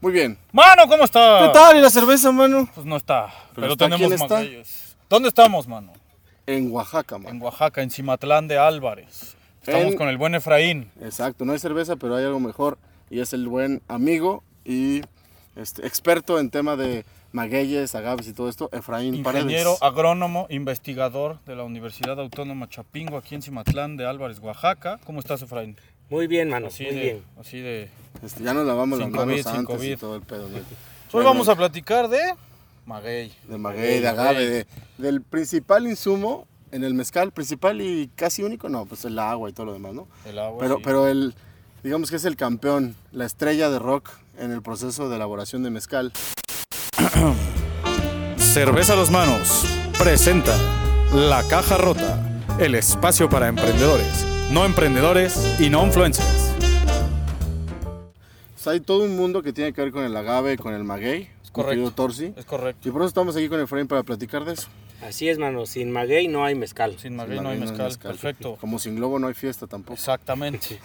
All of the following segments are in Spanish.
Muy bien. Mano, ¿cómo está? ¿Qué tal? ¿Y la cerveza, mano? Pues no está, pero, está, tenemos ¿quién está? magallos. ¿Dónde estamos, mano? En Oaxaca, man. En Oaxaca, en Cimatlán de Álvarez. Estamos En- con el buen Efraín. Exacto, no hay cerveza, pero hay algo mejor. Y es el buen amigo y este, experto en tema de magueyes, agaves y todo esto, Efraín Ingeniero, ah. Paredes. agrónomo, investigador de la Universidad Autónoma Chapingo, aquí en Cimatlán de Álvarez, Oaxaca. ¿Cómo estás, Efraín? Muy bien, mano, Así muy de, bien. Así de... Este, ya nos lavamos las Sin manos COVID, sin antes y COVID. todo el pedo, ¿no? Hoy vamos a platicar de maguey. De maguey, de agave, de- del principal insumo en el mezcal, principal y casi único, no, pues el agua y todo lo demás, ¿no? El agua. Pero, sí. pero el, digamos que es el campeón, la estrella de rock en el proceso de elaboración de mezcal. Cerveza a los manos presenta La Caja Rota, el espacio para emprendedores, no emprendedores y no influencers. O sea, hay todo un mundo que tiene que ver con el agave, con el maguey, correcto. incluido Torsi. Es correcto. Y por eso estamos aquí con Efraín para platicar de eso. Así es, mano, sin maguey no hay mezcal. Sin maguey no hay mezcal. Perfecto. Como sin globo no hay fiesta tampoco. Exactamente.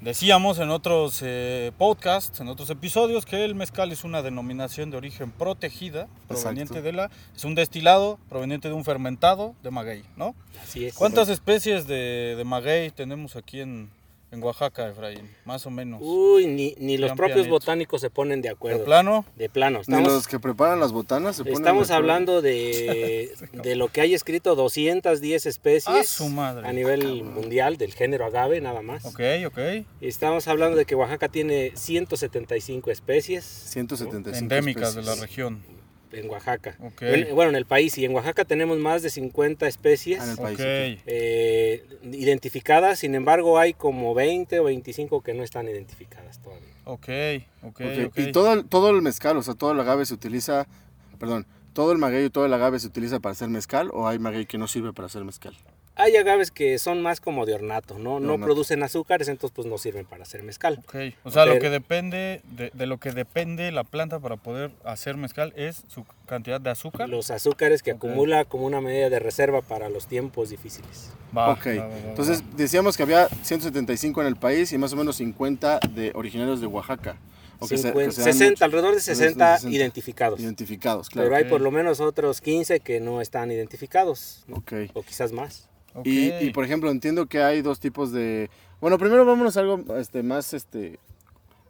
Decíamos en otros eh, podcasts, en otros episodios, que el mezcal es una denominación de origen protegida, proveniente Exacto. de la... Es un destilado proveniente de un fermentado de maguey, ¿no? Así es. ¿Cuántas especies de, de maguey tenemos aquí en, en Oaxaca, Efraín? Más o menos. Uy, ni, ni los Gran propios pianito. botánicos se ponen de ¿De acuerdo. plano? De plano. Ni Estamos, los que preparan las botanas se ponen estamos de acuerdo. hablando de, de lo que hay escrito 210 especies Ah, su madre. a nivel mundial del género agave, nada más. Ok, ok. Estamos hablando de que Oaxaca tiene 175 especies 175 Endémicas de la especies. región. en Oaxaca. Ok. En- bueno, en el país y en Oaxaca tenemos más de 50 especies. Ah, en el país, Ok. ok. eh, identificadas, sin embargo hay como 20 o 25 que no están identificadas todavía. Ok, ok, Ok, ok. Y todo, el- todo el mezcal, o sea, todo el agave se utiliza, perdón, todo el maguey y todo el agave se utiliza para hacer mezcal o hay maguey que no sirve para hacer mezcal. Hay agaves que son más como de ornato, ¿no? No ornato. producen azúcares, entonces pues no sirven para hacer mezcal. Ok, o sea, lo Pero- que depende de, de lo que depende la planta para poder hacer mezcal es su cantidad de azúcar. Los azúcares que Ok. acumula como una medida de reserva para los tiempos difíciles. Va, ok, Ah, va, va, va, va. entonces decíamos que había 175 en el país y más o menos 50 de originarios de Oaxaca. o que se- que 50, se dan 60, mucho. alrededor de 60, 60. identificados. identificados, claro. Pero hay Ok. por lo menos otros 15 que no están identificados, ¿no? Ok. o quizás más. Ok. Y, y, por ejemplo, entiendo que hay dos tipos de. Bueno, primero vámonos a algo este, más, este,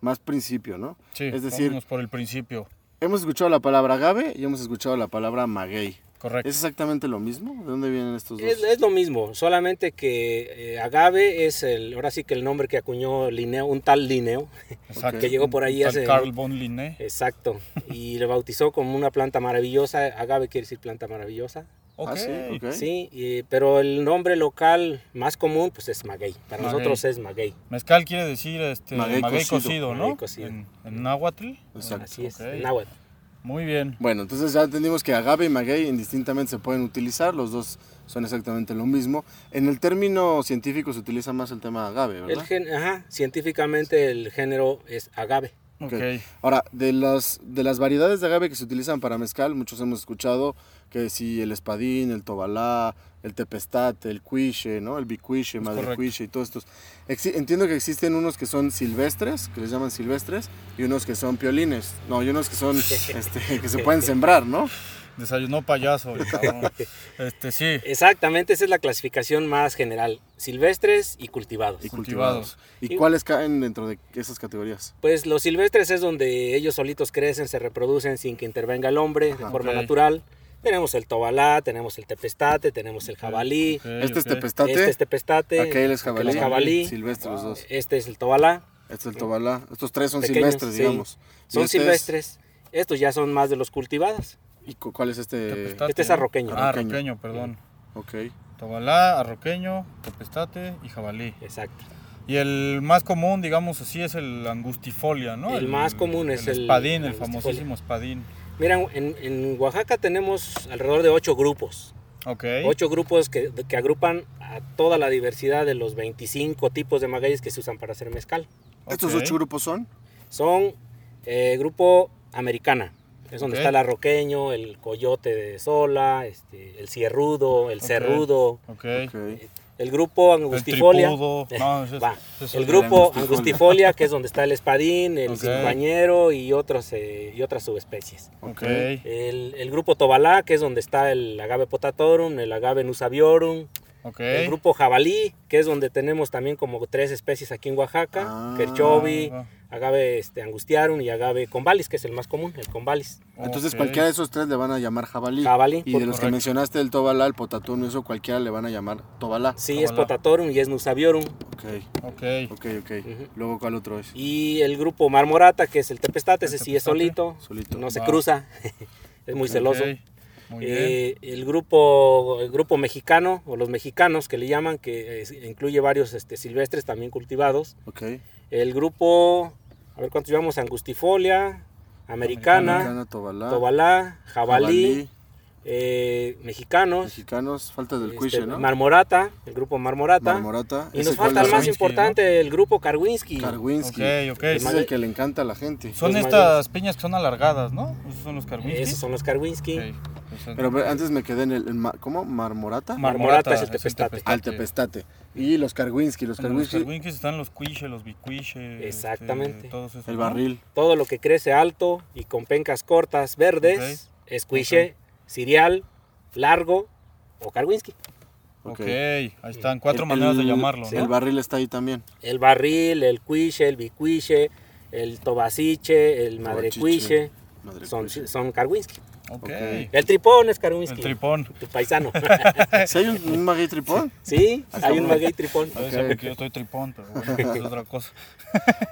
más principio, ¿no? Sí, es decir, vámonos por el principio, hemos escuchado la palabra agave y hemos escuchado la palabra maguey. correcto. ¿Es exactamente lo mismo? ¿De dónde vienen estos Pues dos? Es, es lo mismo, solamente que eh, agave es el, ahora sí que el nombre que acuñó Linneo, un tal Linneo, Exacto. que llegó por ahí Tal hace- Carl von Linné. exacto, y lo bautizó como una planta maravillosa, agave quiere decir planta maravillosa, Ok. Ah, sí, ok. sí, y- pero el nombre local más común pues es maguey, para Maguey. nosotros es maguey, Mezcal quiere decir este, maguey, Maguey cocido, cocido. ¿no? Maguey cocido. En, en náhuatl. Exacto. así es, Ok. en náhuatl. Muy bien. Bueno, entonces ya entendimos que agave y maguey indistintamente se pueden utilizar, los dos son exactamente lo mismo. En el término científico se utiliza más el tema agave, El ¿verdad? gen- ajá, científicamente el género es agave. Ok. Ok. Ahora, de las, de las variedades de agave que se utilizan para mezcal, muchos hemos escuchado que si el espadín, el tobalá, el tepestate, el cuiche, ¿no? El bicuiche, madre correcto. cuiche y todos estos. Exi- entiendo que existen unos que son silvestres, que les llaman silvestres, y unos que son piolines. No, y unos que son, este, que se pueden sembrar, ¿no? Desayunó payaso, el cabrón. este, sí. Exactamente, esa es la clasificación más general, silvestres y cultivados. Y Cultivados. cultivados. ¿Y cuáles caen dentro de esas categorías? Pues los silvestres es donde ellos solitos crecen, se reproducen sin que intervenga el hombre de forma Ok. natural. Tenemos el tobalá, tenemos el tepestate, tenemos el jabalí, Ok, este es ok. tepestate, este es tepestate, aquel es jabalí, aquel es jabalí, silvestre los dos. este es el tobalá, Este es el tobalá. Estos tres son Pequeños, silvestres, sí. digamos. Y son este es- silvestres. Estos ya son más de los cultivados. ¿Y cu- cuál es este? Tepestate, este es ¿no? arroqueño. Ah, Arroqueño. arroqueño, perdón. Ok. Tobalá, arroqueño, tepestate y jabalí. Exacto. Y el más común, digamos así, es el angustifolia, ¿no? El más común es el espadín, el angustifolia. famosísimo espadín. Mira, en, en Oaxaca tenemos alrededor de ocho grupos. Ok. Ocho grupos que, que agrupan a toda la diversidad de los 25 tipos de magueyes que se usan para hacer mezcal. ¿Estos ok. ocho grupos son? Son eh, grupo americana. Es donde Ok. está el arroqueño, el coyote de sola, este, el cierrudo, el Ok. cerrudo. Ok. Ok. el grupo El angustifolia. tripudo. No, ese es- Va, ese es el otro. grupo Angustifolia. angustifolia, que es donde está el espadín, el Ok. compañero y, otros, eh, y otras subespecies. Ok. El, el grupo Tobalá, que es donde está el agave potatorum, el agave nusaviorum. Ok. El grupo Jabalí, que es donde tenemos también como tres especies aquí en Oaxaca. Ah, Kerchovi, va. agave este, angustiarum y agave convalis, que es el más común, el convalis. Entonces Ok. cualquiera de esos tres le van a llamar jabalí. Jabalí, Y de por- los que correcto. mencionaste, el tobalá, el potatón, eso cualquiera le van a llamar tobalá. Sí, es Tobalá. potatorum y es nusaviorum. Ok, Ok. ok, ok. Luego, ¿cuál otro es? Y el grupo Marmorata, que es el tepestate, El ese sí es tepestate, solito, solito. no se Va. cruza, es muy celoso. Ok. Muy bien. Eh, el grupo el grupo mexicano o los mexicanos que le llaman que eh, incluye varios este, silvestres también cultivados Ok. el grupo a ver cuántos llevamos angustifolia americana, Mexicana, tobalá. tobalá jabalí, ah. jabalí, eh, mexicanos Mexicanos, falta del este, cuiche, ¿no? marmorata el grupo marmorata Marmorata. y ese nos cuál falta el es? más Karwinski, importante el grupo Karwinski Karwinski. Ok, ok. Ese es el que le encanta a la gente. Son Los estas piñas que son alargadas, ¿no? Esos son los carbuinskis. esos son los Karwinski Ok. pues, O sea, Pero ve, antes me quedé en el. en ma- ¿Cómo? ¿Marmorata? Ma- Marmorata es el tepestate. Al Ah, tepestate. Y los Karwinski. Los En Los Karwinski. carbuinskis están los cuiche, los bicuiche. Exactamente. todos esos, El ¿no? barril. todo lo que crece alto y con pencas cortas verdes es cuiche cereal largo o Karwinski Ok, Ok. ahí están cuatro El- maneras de el- llamarlo, ¿no? El barril está ahí también. el barril, el cuiche, el bicuiche, el tobasiche, el madrecuiche, Madre son, cuiche. son Karwinski. Ok. Ok. El tripón es El Karwinski, tripón. tu paisano. ¿Sí hay un, un maguey tripón? sí, hay cabrón. un maguey tripón. A veces porque yo estoy tripón, pero bueno, eso es otra cosa.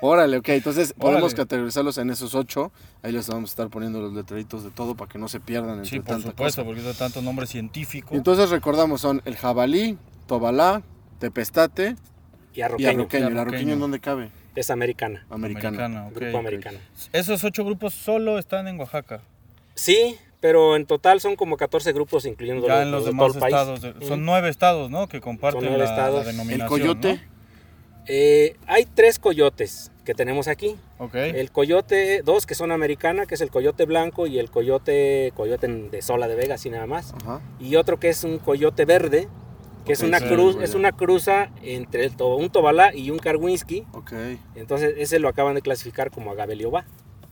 Órale, ok. Entonces podemos Órale. categorizarlos en esos ocho. Ahí les vamos a estar poniendo los letreritos de todo para que no se pierdan entre Sí, por tanta supuesto, cosa. porque hay tanto nombre científico. Entonces recordamos son el jabalí, tobalá, tepestate Y y arroqueño, arroqueño. ¿El arroqueño en Y arroqueño. dónde cabe? es americana, Americano. ok. grupo americano. Esos ocho grupos solo están en Oaxaca. Sí, pero en total son como 14 grupos, incluyendo Ya los, en los los de demás todo el país. Mm. estados. de- son Ujú. nueve estados, ¿no? Que comparten Son nueve la, la estados. El denominación. El coyote. Eh, hay tres coyotes que tenemos aquí. ¿no? Ok. El coyote, dos que son americana, que es el coyote blanco y el coyote, coyote de Sola de Vegas y nada más. Ajá. y otro que es un coyote verde, que es Ok, una sí, cruz, verde. es una cruza entre el to- un tobalá y un karwinski. Ok, Entonces ese lo acaban de clasificar como agabelioba.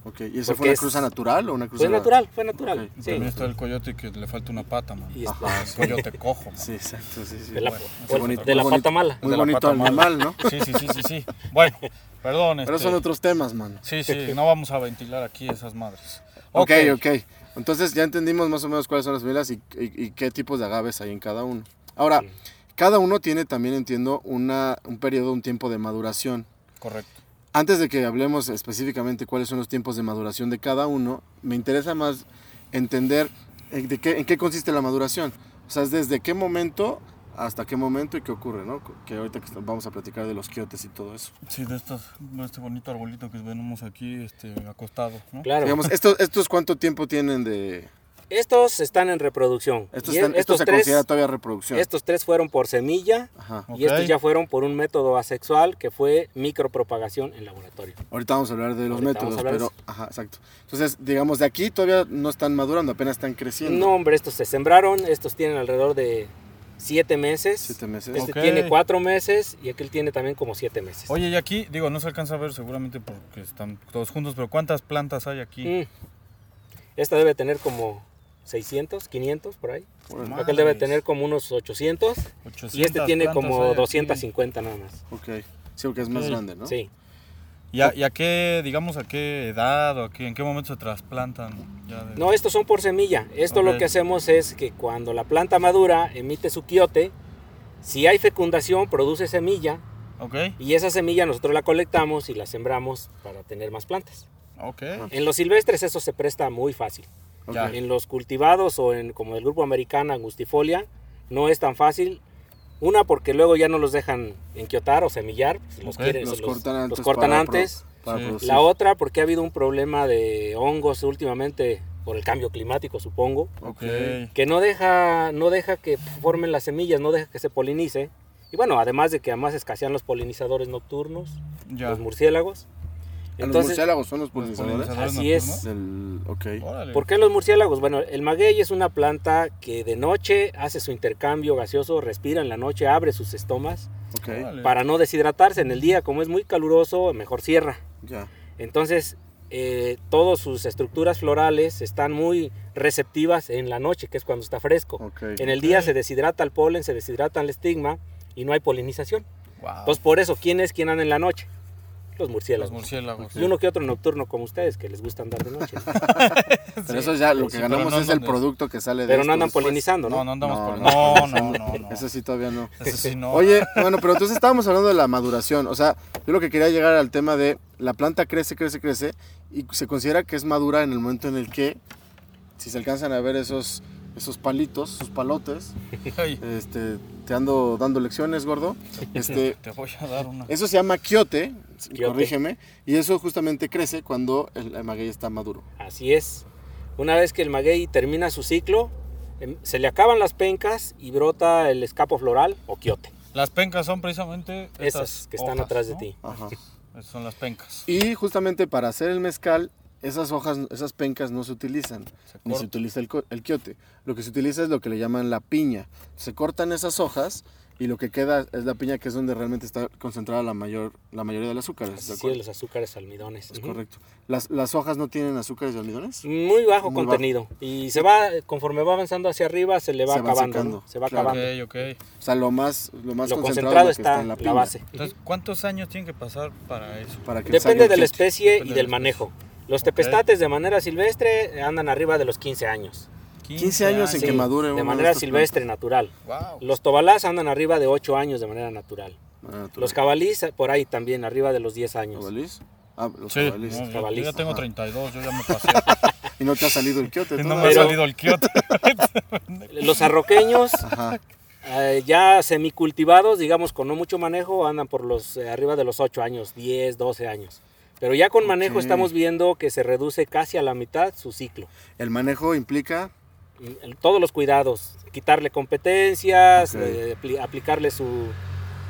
ok. ¿Y esa Porque fue una es- cruza natural o una cruza Fue natural, fue natural. Ok. sí. También está el coyote que le falta una pata, man. Y este, Ajá, El coyote cojo, man. Sí, exacto, sí, sí. de la, bueno, o- qué bonito, de la muy bonito. pata mala. Muy de la bonito pata animal, ¿no? Sí, sí, sí, sí, sí. Bueno, perdón. Pero este, son otros temas, man. Sí, sí, no vamos a ventilar aquí esas madres. Ok, ok. Entonces ya entendimos más o menos cuáles son las familias y, y- y qué tipos de agaves hay en cada uno. Ahora, cada uno tiene también, entiendo, una, un periodo, un tiempo de maduración. Correcto. Antes de que hablemos específicamente cuáles son los tiempos de maduración de cada uno, me interesa más entender en, de qué, en qué consiste la maduración. O sea, es desde qué momento hasta qué momento y qué ocurre, ¿no? Que ahorita que vamos a platicar de los quiotes y todo eso. Sí, de, estos, de este bonito arbolito que tenemos aquí este, acostado, ¿no? Claro. Digamos, ¿estos, ¿estos cuánto tiempo tienen de...? Estos están en reproducción. Estos, Y e- están- esto se tres, considera todavía reproducción. estos tres fueron por semilla Ajá. y Ok. estos ya fueron por un método asexual que fue micropropagación en laboratorio. Ahorita vamos a hablar de los Ahorita métodos, vamos a hablar de pero... Ajá, exacto. Entonces, digamos, de aquí todavía no están madurando, apenas están creciendo. No, hombre, estos se sembraron, estos tienen alrededor de siete meses. Siete meses. Este Ok. tiene cuatro meses y aquel tiene también como siete meses. Oye, y aquí, digo, no se alcanza a ver seguramente porque están todos juntos, pero ¿cuántas plantas hay aquí? Mm. Esta debe tener como 600, 500 por ahí. Órale. Ma- Aquel debe Madres. tener como unos 800 800 y este tiene plantas como hay aquí. 250 nada más. Ok. Sí, porque es más Ok. grande, ¿no? Sí. ¿Y a, y a qué, digamos, a qué edad o a qué, en qué momento se trasplantan? ya de- No, estos son por semilla. Esto Ok. lo que hacemos es que cuando la planta madura emite su quiote, si hay fecundación produce semilla Ok, y esa semilla nosotros la colectamos y la sembramos para tener más plantas. ok. Ah. En los silvestres eso se presta muy fácil. Ok. Ya. En los cultivados o en como el grupo americano angustifolia no es tan fácil. Una porque luego ya no los dejan enquiotar o semillar, pues, los, Ok, quieren- Los los- cortan antes. los cortan para pro- antes. para Sí. producir. La otra porque ha habido un problema de hongos últimamente por el cambio climático, supongo, Ok. que no deja no deja que formen las semillas, no deja que se polinice. Y bueno, además de que además escasean los polinizadores nocturnos, Ya. los murciélagos. Ah, los Entonces, murciélagos son los polinizadores polinizadores. Así es. Del, ok. Órale. ¿Por qué los murciélagos? Bueno, el maguey es una planta que de noche hace su intercambio gaseoso, respira en la noche, abre sus estomas Ok. Órale. para no deshidratarse en el día. Como es muy caluroso, mejor cierra. Ya. Entonces, eh, todas sus estructuras florales están muy receptivas en la noche, que es cuando está fresco. Ok. En el día se deshidrata el polen, se deshidrata el estigma y no hay polinización. Wow. Entonces, por eso, ¿quién es quien anda en la noche? Los Ah. Los murciélagos. murciélagos. Y uno que otro nocturno como ustedes, que les gusta andar de noche. ¿no? Pero eso ya lo que sí, pero ganamos no es el andan- producto que sale de Pero esto no andan después. polinizando, ¿no? No, no andamos No, por... no. No, no, no, no. Eso sí todavía no. Eso sí no. Oye, bueno, pero entonces estábamos hablando de la maduración. O sea, yo lo que quería llegar al tema de la planta crece, crece, crece y se considera que es madura en el momento en el que, si se alcanzan a ver esos, esos palitos, sus palotes, Ay, este, te ando dando lecciones, gordo. Este, te voy a dar una. eso se llama quiote, Quiote. corrígeme, y eso justamente crece cuando el maguey está maduro. Así es. Una vez que el maguey termina su ciclo, em, se le acaban las pencas y brota el escapo floral o quiote. Las pencas son precisamente Esas que están hojas, atrás de ¿no? ti. Ajá. Esas son las pencas. Y justamente para hacer el mezcal, esas hojas, esas pencas no se utilizan, Se ni se corta. utiliza el, co- el quiote. Lo que se utiliza es lo que le llaman la piña. Se cortan esas hojas y lo que queda es la piña, que es donde realmente está concentrada la, mayor, la mayoría del azúcar. ¿estás de Así acuerdo? es, los azúcares almidones. Es Ujú. correcto. Las, las hojas no tienen azúcares y almidones. Muy bajo Muy contenido. Y se va, conforme va avanzando hacia arriba, se le va Se va acabando. secando, ¿no? Se va claro. acabando. Ok, ok. O sea, lo más, lo más Lo concentrado, es lo concentrado que está, en la, la piña, base. Entonces, ¿cuántos años tiene que pasar para eso? Para que Depende de la especie. especie Depende y de la del especie. manejo. Los Ok. tepestates de manera silvestre andan arriba de los 15 años. 15 años en Sí, que madure una de de manera estas silvestre, natural. Wow. Los tobalás andan arriba de 8 años de manera natural. Ah, Los cabalís eh, por ahí también, arriba de los 10 años. cabalís. Ah, los Sí, no, cabalís. yo- yo, cabalista. ya tengo Ajá. 32, yo ya me pasé. Y no te ha salido el quiote. no me todavía. ha Pero- salido el Kioto. Los arroqueños, Ajá. eh, ya semicultivados, digamos con no mucho manejo, andan por los eh, arriba de los 8 años, 10, 12 años. Pero ya con manejo Ok. estamos viendo que se reduce casi a la mitad su ciclo. El manejo implica Mm, Todos los cuidados, quitarle competencias, Ok. eh, apli- aplicarle su,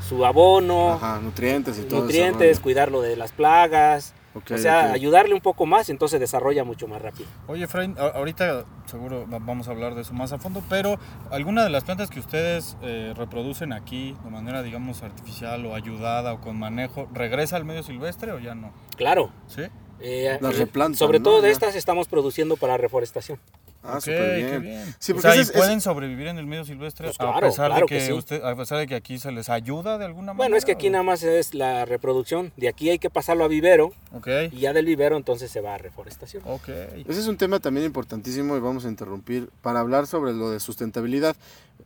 su abono, Ajá, nutrientes y todo nutrientes, eso. cuidarlo de las plagas, Okay, o sea, ok. ayudarle un poco más, entonces desarrolla mucho más rápido. Oye, Efraín, a- ahorita seguro va- vamos a hablar de eso más a fondo, pero ¿alguna de las plantas que ustedes eh, reproducen aquí de manera, digamos, artificial o ayudada o con manejo, regresa al medio silvestre o ya no? Claro. ¿Sí? eh, Las eh, replantan, Sobre ¿no? todo de Ya. estas estamos produciendo para reforestación. Ah, Ok, súper qué bien. bien. Sí, o porque sea, ese ¿y es- ese- pueden sobrevivir en el medio silvestre Pues a, claro, pesar claro de que que sí. usted, a pesar de que aquí se les ayuda de alguna manera. Bueno, es que aquí o- nada más es la reproducción. De aquí hay que pasarlo a vivero Ok, y ya del vivero entonces se va a reforestación. ok. Pues Ese es un tema también importantísimo y vamos a interrumpir para hablar sobre lo de sustentabilidad.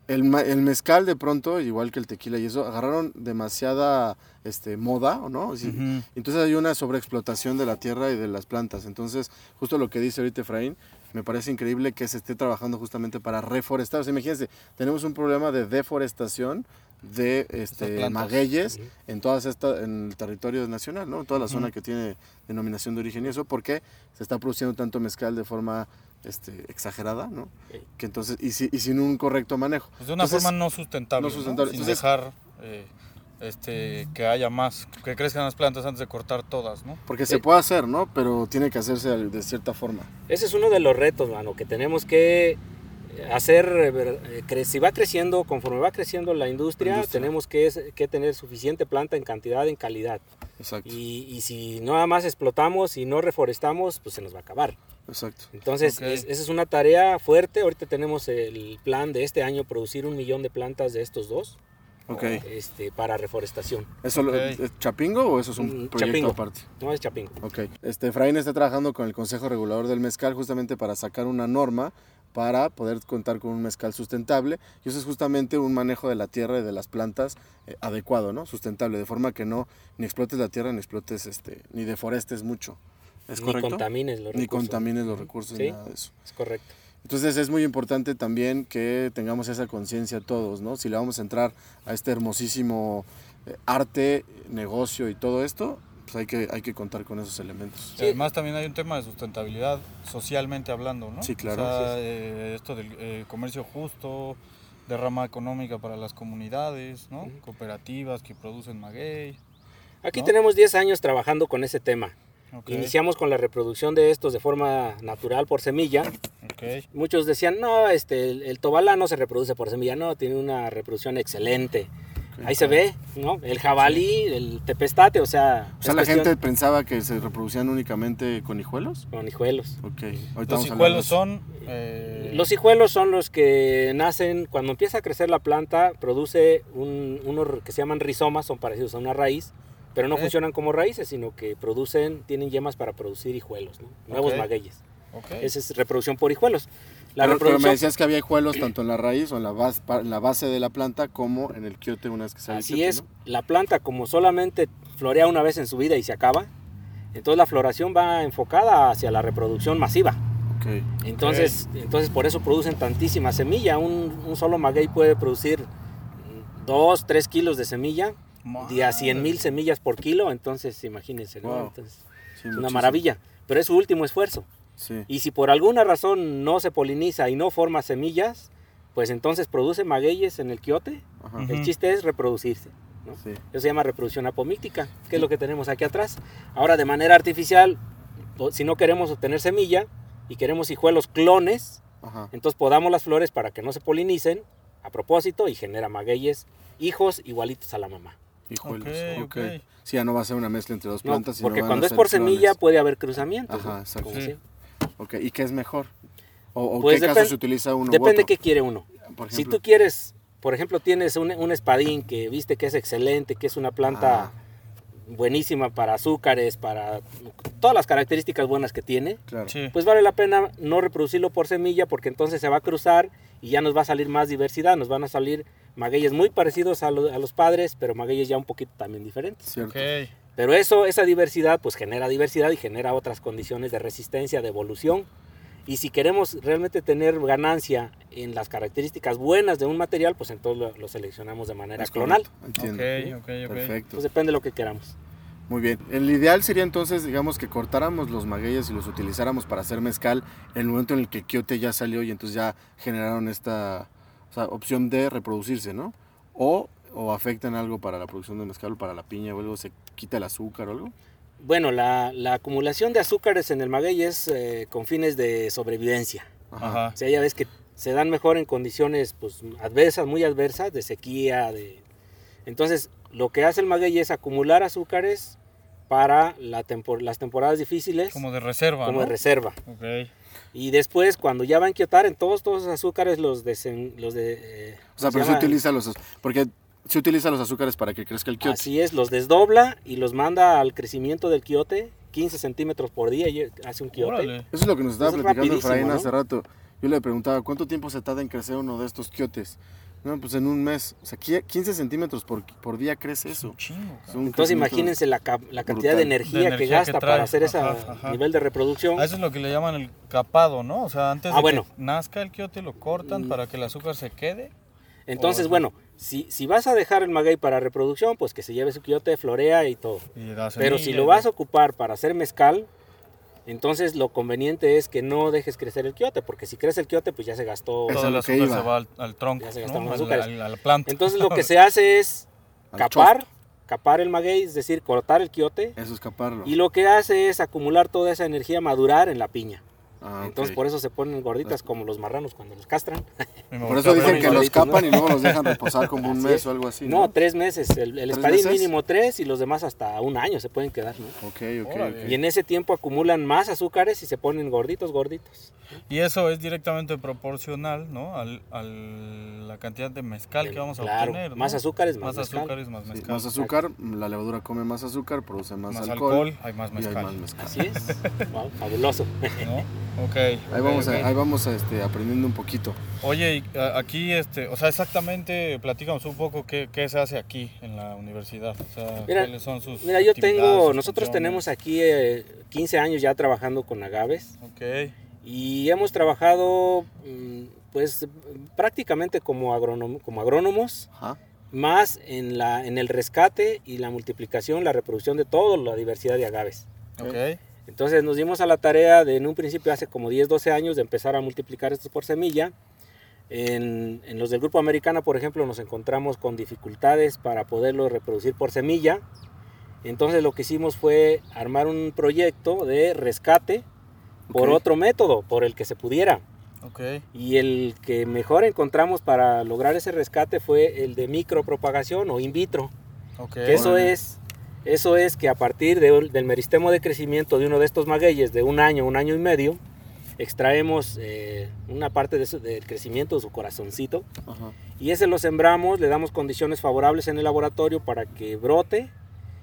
El, ma- el mezcal de pronto, igual que el tequila y eso, agarraron demasiada este, moda, ¿o no? Sí. Ujú. Entonces hay una sobreexplotación de la tierra y de las plantas. Entonces, justo lo que dice ahorita Efraín, me parece increíble que se esté trabajando justamente para reforestar. O sea, imagínense, tenemos un problema de deforestación de este, plantas. magueyes Ujú. en todas esta, en el territorio nacional, ¿no? En toda la zona que tiene denominación de origen y eso, porque se está produciendo tanto mezcal de forma este, exagerada, ¿no? Sí. Que entonces, y, si- y sin un correcto manejo. Pues de una Entonces, forma no sustentable. no No sustentable. Sin Entonces- dejar eh, este, que haya más, que crezcan las plantas antes de cortar todas, ¿no? Porque se Eh. puede hacer, ¿no? Pero tiene que hacerse de cierta forma. Ese es uno de los retos, mano, que tenemos que hacer. eh, ver- eh, cre- Si va creciendo, conforme va creciendo la industria, La industria. tenemos que, es- que tener suficiente planta en cantidad, en calidad. Exacto. Y, y si nada más explotamos y no reforestamos, pues se nos va a acabar. Exacto. Entonces, Ok. es- esa es una tarea fuerte. Ahorita tenemos el plan de este año producir un millón de plantas de estos dos Ok. este, para reforestación. ¿Eso lo- Ok. es Chapingo o eso es un Mm, proyecto Chapingo. aparte? No es chapín. Ok. Este, Efraín está trabajando con el Consejo Regulador del Mezcal justamente para sacar una norma para poder contar con un mezcal sustentable. Y eso es justamente un manejo de la tierra y de las plantas eh, adecuado, ¿no? Sustentable, de forma que no ni explotes la tierra, ni explotes, este, ni deforestes mucho. ¿Es Ni correcto? contamines los Ni recursos. contamines los recursos, ni Sí. nada de eso. Es correcto. Entonces es muy importante también que tengamos esa conciencia todos, ¿no? Si le vamos a entrar a este hermosísimo eh, arte, negocio y todo esto, pues hay que, hay que contar con esos elementos. Y además también hay un tema de sustentabilidad socialmente hablando, ¿no? Sí, claro. O sea, Así eh, esto del eh, comercio justo, de rama económica para las comunidades, ¿no? Ujú. Cooperativas que producen maguey. Aquí ¿No? tenemos 10 años trabajando con ese tema. Ok. Iniciamos con la reproducción de estos de forma natural por semilla. Ok. Muchos decían, no, este, el, el tobalá no se reproduce por semilla, no, tiene una reproducción excelente. Ahí se ve, ¿no? El jabalí, el tepestate, o sea... O sea, la es cuestión- gente pensaba que se reproducían únicamente con hijuelos. Con hijuelos. Ok. Ahorita Los vamos a hablar de hijuelos eso. son. eh, Los hijuelos son los que nacen, cuando empieza a crecer la planta, produce un- unos que se llaman rizomas, son parecidos a una raíz, pero no Ok. funcionan como raíces, sino que producen, tienen yemas para producir hijuelos, ¿no? Nuevos Ok. magueyes. ok. Esa es reproducción por hijuelos. La Pero, pero me reproducción... decías que había hijuelos tanto en la raíz o en la base, pa- en la base de la planta como en el quiote una vez que sale el Así quiote, es, ¿no? la planta como solamente florea una vez en su vida y se acaba, entonces la floración va enfocada hacia la reproducción masiva. Ok. Entonces, entonces por eso producen tantísima semilla. Un, un solo maguey puede producir 2, 3 kilos de semilla, de a 100 mil semillas por kilo, entonces imagínense, ¿no? Wow, Entonces, Sí, es muchísimo. una maravilla, pero es su último esfuerzo. Sí. Y si por alguna razón no se poliniza y no forma semillas, pues entonces produce magueyes en el quiote. Ajá. Ujú. El chiste es reproducirse. ¿no? Sí. Eso se llama reproducción apomíctica, que es lo que tenemos aquí atrás. Ahora, de manera artificial, o- si no queremos obtener semilla y queremos hijuelos clones, Ajá. entonces podamos las flores para que no se polinicen a propósito y genera magueyes, hijos igualitos a la mamá. Hijuelos. Ok, Ok. ok. Sí, ya no va a ser una mezcla entre dos ¿no? plantas. sino Porque van a cuando es ser por semilla pues, clones. puede haber cruzamientos. Ajá, ¿no? exacto. Como Sí. sea. Ok, ¿Y qué es mejor? ¿O, o Pues qué depen- caso se utiliza uno? u Depende otro? qué quiere uno. Por Si ejemplo. tú quieres, por ejemplo, tienes un, un espadín que viste que es excelente, que es una planta Ah. buenísima para azúcares, para todas las características buenas que tiene, Claro. Sí. pues vale la pena no reproducirlo por semilla porque entonces se va a cruzar y ya nos va a salir más diversidad, nos van a salir magueyes muy parecidos a, lo- a los padres, pero magueyes ya un poquito también diferentes. Cierto. Ok. Pero eso, esa diversidad, pues genera diversidad y genera otras condiciones de resistencia, de evolución. Y si queremos realmente tener ganancia en las características buenas de un material, pues entonces lo, lo seleccionamos de manera Es clonal. correcto, Entiendo. Ok, ok, ok. Perfecto. Entonces depende de lo que queramos. Muy bien. El ideal sería entonces, digamos, que cortáramos los magueyes y los utilizáramos para hacer mezcal en el momento en el que Quiote ya salió y entonces ya generaron esta o sea, opción de reproducirse, ¿no? O, o afectan algo para la producción de mezcal o para la piña o algo, se quita el azúcar o algo. Bueno, la, la acumulación de azúcares en el maguey es eh, con fines de sobrevivencia. Ajá. O sea, ya ves que se dan mejor en condiciones pues, adversas, muy adversas, de sequía, de... Entonces, lo que hace el maguey es acumular azúcares para la tempor- las temporadas difíciles Como de reserva. como de ¿no? reserva. Ok. Y después, cuando ya va a inquietar, en todos, todos esos azúcares los, desen- los de... eh, O sea, pero se llama- utiliza los az- porque se utiliza los azúcares para que crezca el Quiote. Así es, los desdobla y los manda al crecimiento del quiote, 15 centímetros por día y hace un quiote. Órale. Eso es lo que nos estaba Eso es platicando rapidísimo, Efraín ¿no? hace rato. Yo le preguntaba, ¿cuánto tiempo se tarda en crecer uno de estos quiotes? No, pues en un mes. O sea, qui- 15 centímetros por, por día crece Es eso. un chingo. Es cabrón. un Entonces crecimiento- imagínense la, ca- la cantidad brutal. de De energía, que energía que gasta trae. para hacer ese Ajá, ajá. Ah, nivel de reproducción. A eso es lo que le llaman el capado, ¿no? O sea, antes Ah, de bueno. que nazca el quiote lo cortan Mm. para que el azúcar se quede. Entonces, Ojo. bueno, si, si vas a dejar el maguey para reproducción, pues que se lleve su quiote, florea y todo. Y da semilla, Pero si ¿no? lo vas a ocupar para hacer mezcal, entonces lo conveniente es que no dejes crecer el quiote, porque si crece el quiote, pues ya se gastó. Eso Todo es el lo que azúcar iba. se va al, al tronco, Ya se ¿no? gastaron los A la- azúcares. a la- a la planta. Entonces lo que se hace es Al capar, capar el maguey, es decir, cortar el quiote. Eso es caparlo. Y lo que hace es acumular toda esa energía madurar en la piña. Ah, ok. Entonces Ah. por eso se ponen gorditas como los marranos cuando los castran. Y me Por volteó eso a dicen ver que el- los igualitos, ¿no? capan y luego los dejan reposar como un Así mes es. o algo así. No, ¿no? tres meses. El, el ¿Tres espadín meses? mínimo tres y los demás hasta un año se pueden quedar, ¿no? Ok, ok, Órale. ok. Y en ese tiempo acumulan más azúcares y se ponen gorditos, gorditos. Y eso es directamente proporcional, ¿no? Al, al- la cantidad de mezcal que vamos a Claro, obtener. ¿no? más azúcares, más mezcal. azúcares, más Sí, mezcal. más azúcar, la levadura come más azúcar, produce más, Más alcohol, alcohol, hay más y hay mezcal. más mezcal. Así es. Wow, fabuloso. ¿no? Ok. Ahí vamos, a- ahí vamos a, este, aprendiendo un poquito. Oye, y, a- aquí, este, o sea, exactamente, platícanos un poco qué, qué se hace aquí en la universidad. O sea, Mira, cuáles son sus. Mira, yo actividades, tengo, sus nosotros funciones? tenemos aquí eh, 15 años ya trabajando con agaves Ok. y hemos trabajado mm, pues prácticamente como, agrónomo- como agrónomos, Ajá. más en, la, en el rescate y la multiplicación, la reproducción de toda la diversidad de agaves. Ok. Entonces nos dimos a la tarea de en un principio hace como 10, 12 años de empezar a multiplicar estos por semilla. En, en los del grupo americana, por ejemplo, nos encontramos con dificultades para poderlo reproducir por semilla Entonces lo que hicimos fue armar un proyecto de rescate por Ok. otro método, por el que se pudiera. Ok. Y el que mejor encontramos para lograr ese rescate fue el de micropropagación o in vitro. Ok. Que eso Órale. es, eso es que a partir de- del meristemo de crecimiento de uno de estos magueyes de un año, un año y medio, extraemos eh, una parte de su- del crecimiento de su corazoncito Ajá. y ese lo sembramos, le damos condiciones favorables en el laboratorio para que brote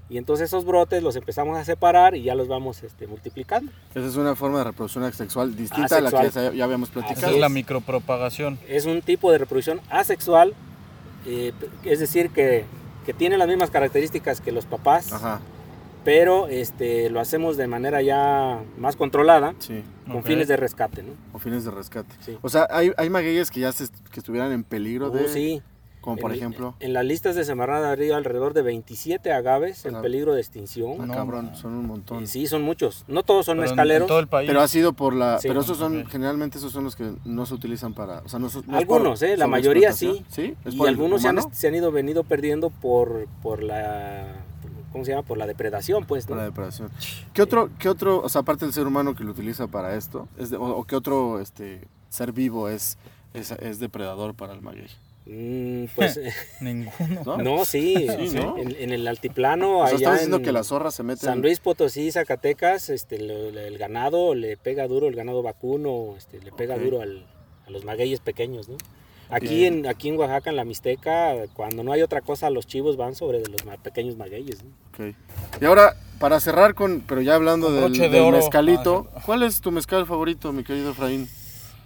y entonces esos brotes los empezamos a separar y ya los vamos este, multiplicando. Esa es una forma de reproducción asexual distinta a la que Asexual. ya- ya habíamos Esa platicado. es la es. micropropagación. Es un tipo de reproducción asexual, eh, es decir, que, que tiene las mismas características que los papás, Ajá, pero este, lo hacemos de manera ya más controlada, sí. con Ok. fines de rescate, ¿no? O fines de rescate. Sí. O sea, hay, hay magueyes que ya se, est- que estuvieran en peligro de... Uh, sí. Como por En- ejemplo... En las listas de sembrada habría alrededor de 27 agaves en Claro. peligro de Ah, extinción. No, cabrón, no. son un montón. Eh, Sí, son muchos. No todos son Pero en- en mezcaleros. todo el país. Pero ha sido por la... Sí. pero esos son... Ok. Generalmente esos son los que no se utilizan para... O sea, no, son- no es Algunos, por ¿eh? La mayoría sobreexplotación. ¿Sí? ¿Es y por el algunos se han, humano? se han ido venido perdiendo por, por la ¿cómo se llama? por la depredación, pues, ¿no? Por la depredación. ¿Qué otro, qué otro, o sea, aparte del ser humano que lo utiliza para esto, es de- o, o qué otro este, ser vivo es, es, es depredador para el maguey? Mm, pues Ninguno. ¿No? no, sí, Sí, ¿no? En, en el altiplano O sea, allá estamos diciendo en que la zorra se mete San Luis Potosí, Zacatecas, este lo- lo- el ganado le pega duro, el ganado vacuno, este, le pega Ok. duro al- a los magueyes pequeños, ¿no? Ok. Aquí en, aquí en Oaxaca, en la Mixteca, cuando no hay otra cosa, los chivos van sobre de los ma- pequeños magueyes. ¿no? Ok. Y ahora, para cerrar con, pero ya hablando Con del, broche de del oro. Ah, mezcalito, ¿cuál es tu mezcal favorito, mi querido Efraín?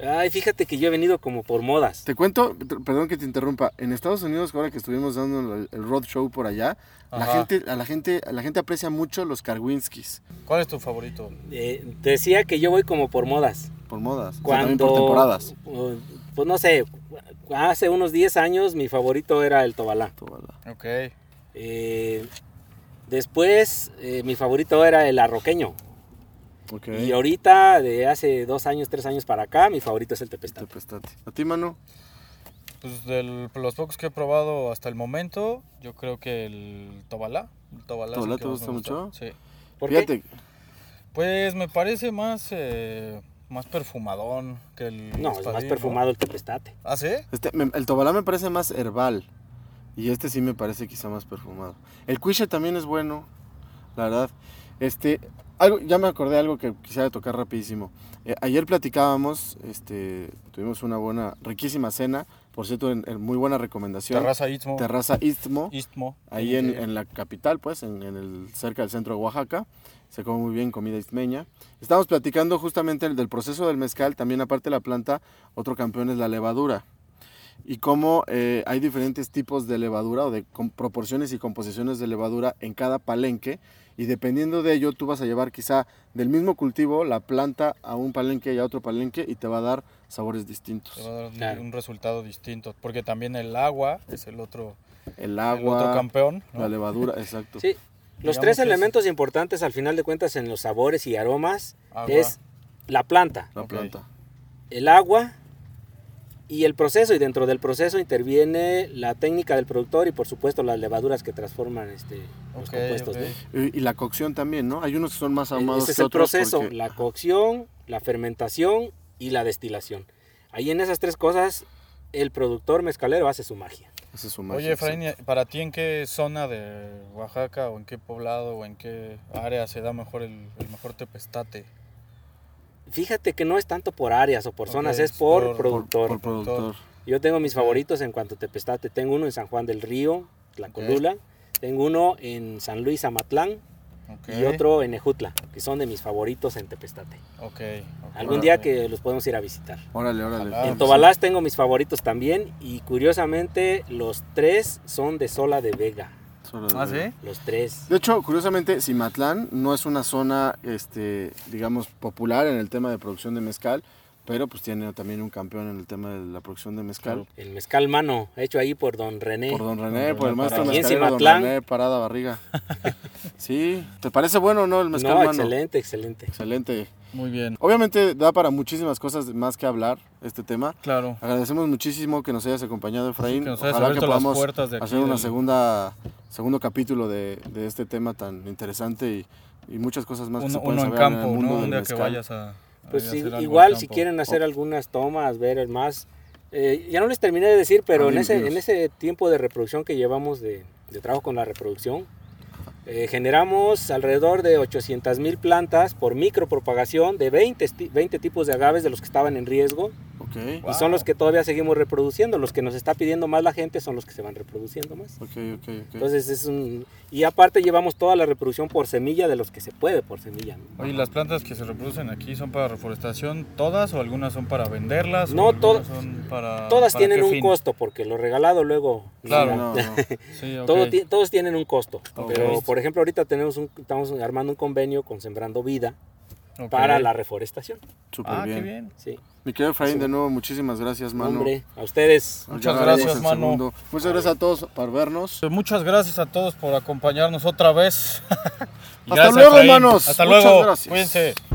Ay, fíjate que yo he venido como por modas. Te cuento, t- perdón que te interrumpa, en Estados Unidos, ahora que estuvimos dando el, el road show por allá, la Ajá. gente, a la gente, a la gente aprecia mucho los Karwinskis, ¿Cuál es tu favorito? Eh, te decía que yo voy como por modas. por modas, o sea, Cuando, también por temporadas. Pues, pues no sé, hace unos 10 años mi favorito era el Tobalá. Tómala. Ok. Eh, después eh, mi favorito era el Arroqueño. Ok. Y ahorita, de hace dos años, tres años para acá, mi favorito es el Te Tepestate. prestaste. ¿A ti, mano? Pues de los pocos que he probado hasta el momento, yo creo que el Tobalá. El Tobalá, es el ¿Tobalá que te más me gusta mucho? Sí. ¿Por qué? Fíjate, Pues me parece más, eh, más perfumadón que el. No, es más espadín, perfumado el Tepestate. ¿Ah, sí? Este, me- el Tobalá me parece más herbal. Y este sí me parece quizá más perfumado. El Cuiche también es bueno, la verdad. Este, algo, ya me acordé de algo que quisiera tocar rapidísimo. Eh, ayer platicábamos, este, tuvimos una buena, riquísima cena. Por cierto, en, en muy buena recomendación. Terraza Istmo. Terraza Istmo. Istmo. Ahí en, Eh, en la capital, pues, en, en el, cerca del centro de Oaxaca. Se come muy bien comida istmeña. Estamos platicando justamente el del proceso del mezcal. También, aparte de la planta, otro campeón es la levadura. Y cómo eh, hay diferentes tipos de levadura o de com- proporciones y composiciones de levadura en cada palenque. Y dependiendo de ello, tú vas a llevar quizá del mismo cultivo la planta a un palenque y a otro palenque y te va a dar sabores Te va distintos. a dar un- Claro. un resultado distinto. Porque también el agua es el otro, El el otro agua, campeón. ¿no? la levadura, exacto. Sí. Los Digamos tres que es- elementos importantes al final de cuentas en los sabores y aromas Agua. es la planta, La Ok. planta. el agua y el proceso. Y dentro del proceso interviene la técnica del productor y por supuesto las levaduras que transforman este, los Ok, compuestos. ok. ¿no? Y y la cocción también, ¿no? Hay unos que son más ahumados E-, Ese es que el otros proceso, porque- la cocción, la fermentación y la destilación. Ahí en esas tres cosas el productor mezcalero hace su magia. Esa es su magia, Oye, Efraín, sí. ¿y ¿para ti en qué zona de Oaxaca o en qué poblado o en qué área se da mejor el, el mejor tepestate? Fíjate que no es tanto por áreas o por Ok, zonas, es es por, por- Por, productor. por productor. Yo tengo mis favoritos en cuanto a Tepestate. Tengo uno en San Juan del Río, Tlacolula. Tengo uno en San Luis Amatlán Ok, y otro en Ejutla, que son de mis favoritos en Tepestate. Ok. ok. Algún día que los podemos ir a visitar. Órale, órale. Ah, en pues Tobalás tengo mis favoritos también y curiosamente los tres son de Sola de Vega. Solo de- ¿Ah, sí? Los tres. De hecho, curiosamente, Cimatlán no es una zona, este, digamos, popular en el tema de producción de mezcal, pero pues tiene también un campeón en el tema de la producción de mezcal. El mezcal mano, hecho ahí por don René. Por don René, Don por el René maestro Parada. Aquí en mezcalero don Cimatlán. René Parada Barriga. sí, ¿te parece bueno o no el mezcal no, mano? excelente, excelente. Excelente. Muy bien. Obviamente da para muchísimas cosas más que hablar este tema. Claro. Agradecemos muchísimo que nos hayas acompañado, Efraín. Que nos hayas Ojalá que abierto las podamos puertas de aquí hacer una del- segunda segundo capítulo de, de este tema tan interesante y, y muchas cosas más que Uno, se pueden uno en saber campo, el mundo ¿no? del Un día que mezcal. vayas a. Pues a sí, hacer algo en igual si campo. quieren hacer algunas tomas, ver el más. eh, ya no les terminé de decir, pero Ah, en, dime, ese, dinos. en ese tiempo de reproducción que llevamos de, de trabajo con la reproducción, eh, generamos alrededor de 800 mil plantas por micropropagación de 20, esti- 20 tipos de agaves de los que estaban en riesgo Ok, y son los Wow. que todavía seguimos reproduciendo. Los que nos está pidiendo más la gente son los que se van reproduciendo más. ok, ok, ok. Entonces es un... Y aparte llevamos toda la reproducción por semilla de los que se puede por semilla. ¿no? Oye, ¿las plantas que se reproducen aquí son para reforestación todas o algunas son para venderlas? o No, to- algunas son para- Todas Ah, para tienen qué un fin? costo porque lo regalado luego... Claro. No, Ah, no. Sí, ok. Todo ti- todos tienen un costo. Ok. Pero, por ejemplo, ahorita tenemos un, estamos armando un convenio con Sembrando Vida Ok. para la reforestación. Súper Ah, qué bien. bien. Sí. Mi querido Efraín, Sí. de nuevo, muchísimas gracias, mano. Hombre, a ustedes. Ya Muchas hablaremos gracias, en mano. segundo. Muchas gracias a todos por vernos. Pues Muchas gracias a todos por acompañarnos otra vez. Y Hasta luego, Efraín. hermanos. Hasta Muchas luego. gracias. Cuídense.